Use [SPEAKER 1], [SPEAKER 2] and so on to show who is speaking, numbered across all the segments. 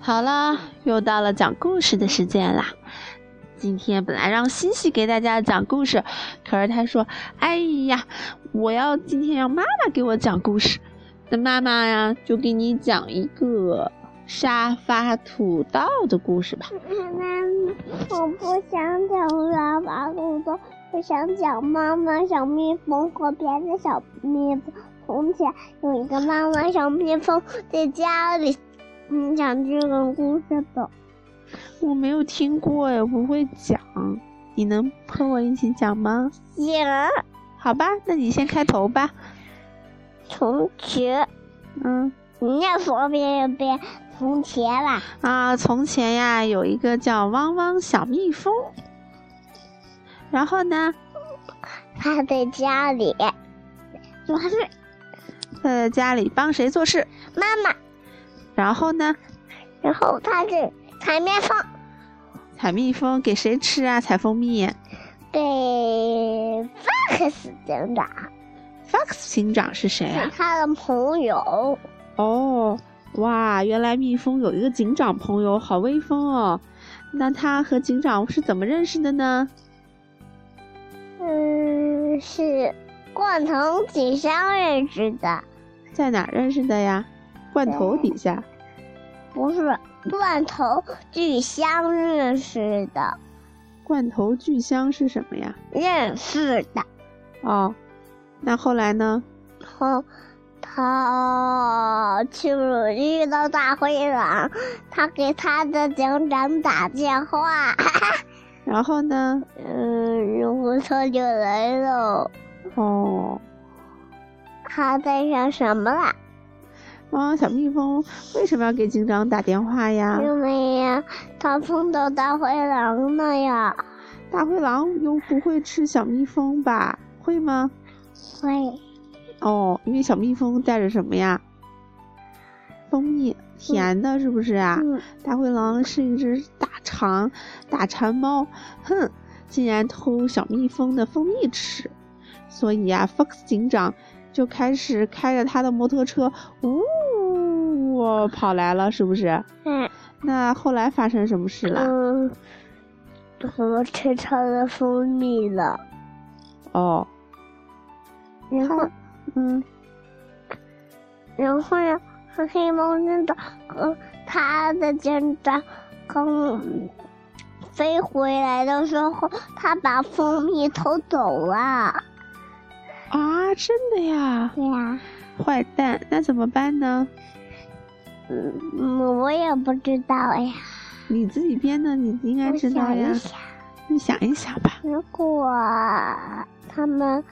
[SPEAKER 1] 好了，又到了讲故事的时间啦。今天本来让西西给大家讲故事，可是他说：“哎呀，我要今天让妈妈给我讲故事。”那妈妈呀，就给你讲一个沙发土豆的故事吧。
[SPEAKER 2] 妈妈，我不想讲沙发土豆，我想讲妈妈小蜜蜂和别的小蜜蜂。从前有一个妈妈小蜜蜂在家里。你讲这个故事吧？
[SPEAKER 1] 我没有听过哎，我不会讲，你能和我一起讲吗？
[SPEAKER 2] 行。
[SPEAKER 1] 好吧，那你先开头吧。
[SPEAKER 2] 从前，
[SPEAKER 1] 嗯
[SPEAKER 2] 你念左边右边，从前吧。
[SPEAKER 1] 啊，从前呀，有一个叫汪汪小蜜蜂，然后呢，
[SPEAKER 2] 啊他在家里，做
[SPEAKER 1] 他
[SPEAKER 2] 事。
[SPEAKER 1] 在呃家里帮谁做事？
[SPEAKER 2] 妈妈，
[SPEAKER 1] 然后呢，
[SPEAKER 2] 然后他是采蜜蜂，
[SPEAKER 1] 采蜜蜂给谁吃啊？采蜂蜜。
[SPEAKER 2] 被 Fox 警长
[SPEAKER 1] Fox 警长是谁
[SPEAKER 2] 是
[SPEAKER 1] 啊？
[SPEAKER 2] 他的朋友。
[SPEAKER 1] 哦，哇，原来蜜蜂有一个警长朋友，好威风哦。那他和警长是怎么认识的呢？
[SPEAKER 2] 嗯，是灌藤锦香认识的，
[SPEAKER 1] 在哪儿认识的呀？罐头底下。
[SPEAKER 2] 不是灌藤菊香认识的，
[SPEAKER 1] 罐头巨香是什么呀？
[SPEAKER 2] 认识的。
[SPEAKER 1] 哦，那后来呢？
[SPEAKER 2] 然后他去了遇到大灰狼，他给他的警长打电话，
[SPEAKER 1] 然后呢？
[SPEAKER 2] 嗯，然后他就来了。
[SPEAKER 1] 哦，
[SPEAKER 2] 他在想什么了？
[SPEAKER 1] 汪汪哦小蜜蜂为什么要给警长打电话呀？
[SPEAKER 2] 因为他碰到大灰狼了呀。
[SPEAKER 1] 大灰狼又不会吃小蜜蜂吧？会吗？
[SPEAKER 2] 所以
[SPEAKER 1] 哦，因为小蜜蜂带着什么呀？蜂蜜，甜的，是不是啊？
[SPEAKER 2] 嗯，
[SPEAKER 1] 大灰狼是一只大长大馋猫，哼，竟然偷小蜜蜂的蜂蜜吃，所以呀、f o x 警长就开始开着他的摩托车，呜、跑来了，是不是？
[SPEAKER 2] 嗯
[SPEAKER 1] 那后来发生什么事了？
[SPEAKER 2] 嗯，我吃他的蜂蜜了。
[SPEAKER 1] 哦，
[SPEAKER 2] 然后，
[SPEAKER 1] 嗯，
[SPEAKER 2] 然后呀，黑猫警长和他的警长刚飞回来的时候，他把蜂蜜偷走了。
[SPEAKER 1] 啊，真的呀，
[SPEAKER 2] 对呀、
[SPEAKER 1] 坏蛋，那怎么办呢？
[SPEAKER 2] 嗯，我也不知道呀。
[SPEAKER 1] 你自己编的，你应该
[SPEAKER 2] 我
[SPEAKER 1] 知道
[SPEAKER 2] 想
[SPEAKER 1] 呀
[SPEAKER 2] 一。想。
[SPEAKER 1] 你想一想吧。
[SPEAKER 2] 如果他们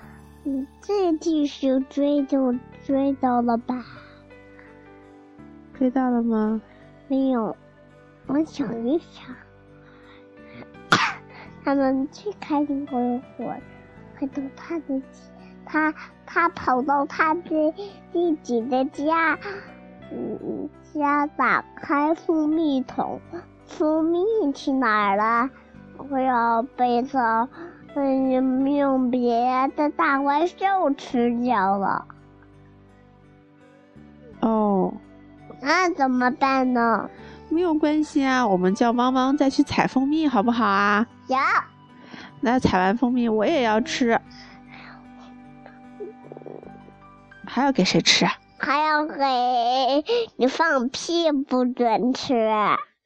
[SPEAKER 2] 嗯再继续追，就追到了吧？
[SPEAKER 1] 追到了吗？
[SPEAKER 2] 没有，我想一想， 他们最开心会火，回到他的家，他他跑到他的自己的家，嗯，家打开蜂蜜桶，蜂蜜去哪儿了？我要被他嗯用别的大怪兽吃掉了，
[SPEAKER 1] 哦。
[SPEAKER 2] 那怎么办呢？
[SPEAKER 1] 没有关系啊，我们叫汪汪再去采蜂蜜，好不好啊？
[SPEAKER 2] 呀，
[SPEAKER 1] 那采完蜂蜜我也要吃，还要给谁吃啊？
[SPEAKER 2] 还要给你放屁不准吃，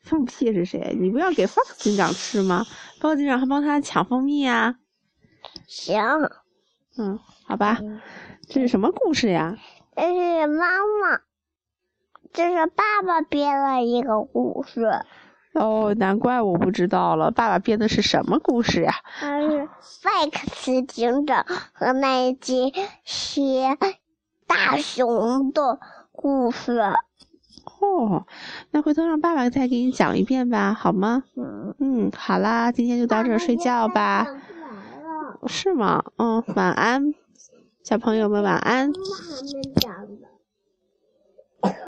[SPEAKER 1] 放屁是谁？你不要给 Fox 警长吃吗？Fox 警长还帮他抢蜂蜜呀、
[SPEAKER 2] 行。
[SPEAKER 1] 嗯，好吧，这是什么故事呀？
[SPEAKER 2] 这是妈妈，这是爸爸编了一个故事，
[SPEAKER 1] 哦，难怪我不知道了，爸爸编的是什么故事呀？
[SPEAKER 2] 它是麦克斯警长和那只些大熊的故事。
[SPEAKER 1] 哦，那回头让爸爸再给你讲一遍吧，好吗？
[SPEAKER 2] 嗯，
[SPEAKER 1] 嗯，好啦，今天就到这儿睡觉吧。是吗？嗯，晚安，小朋友们晚安。
[SPEAKER 2] 妈妈还没讲呢。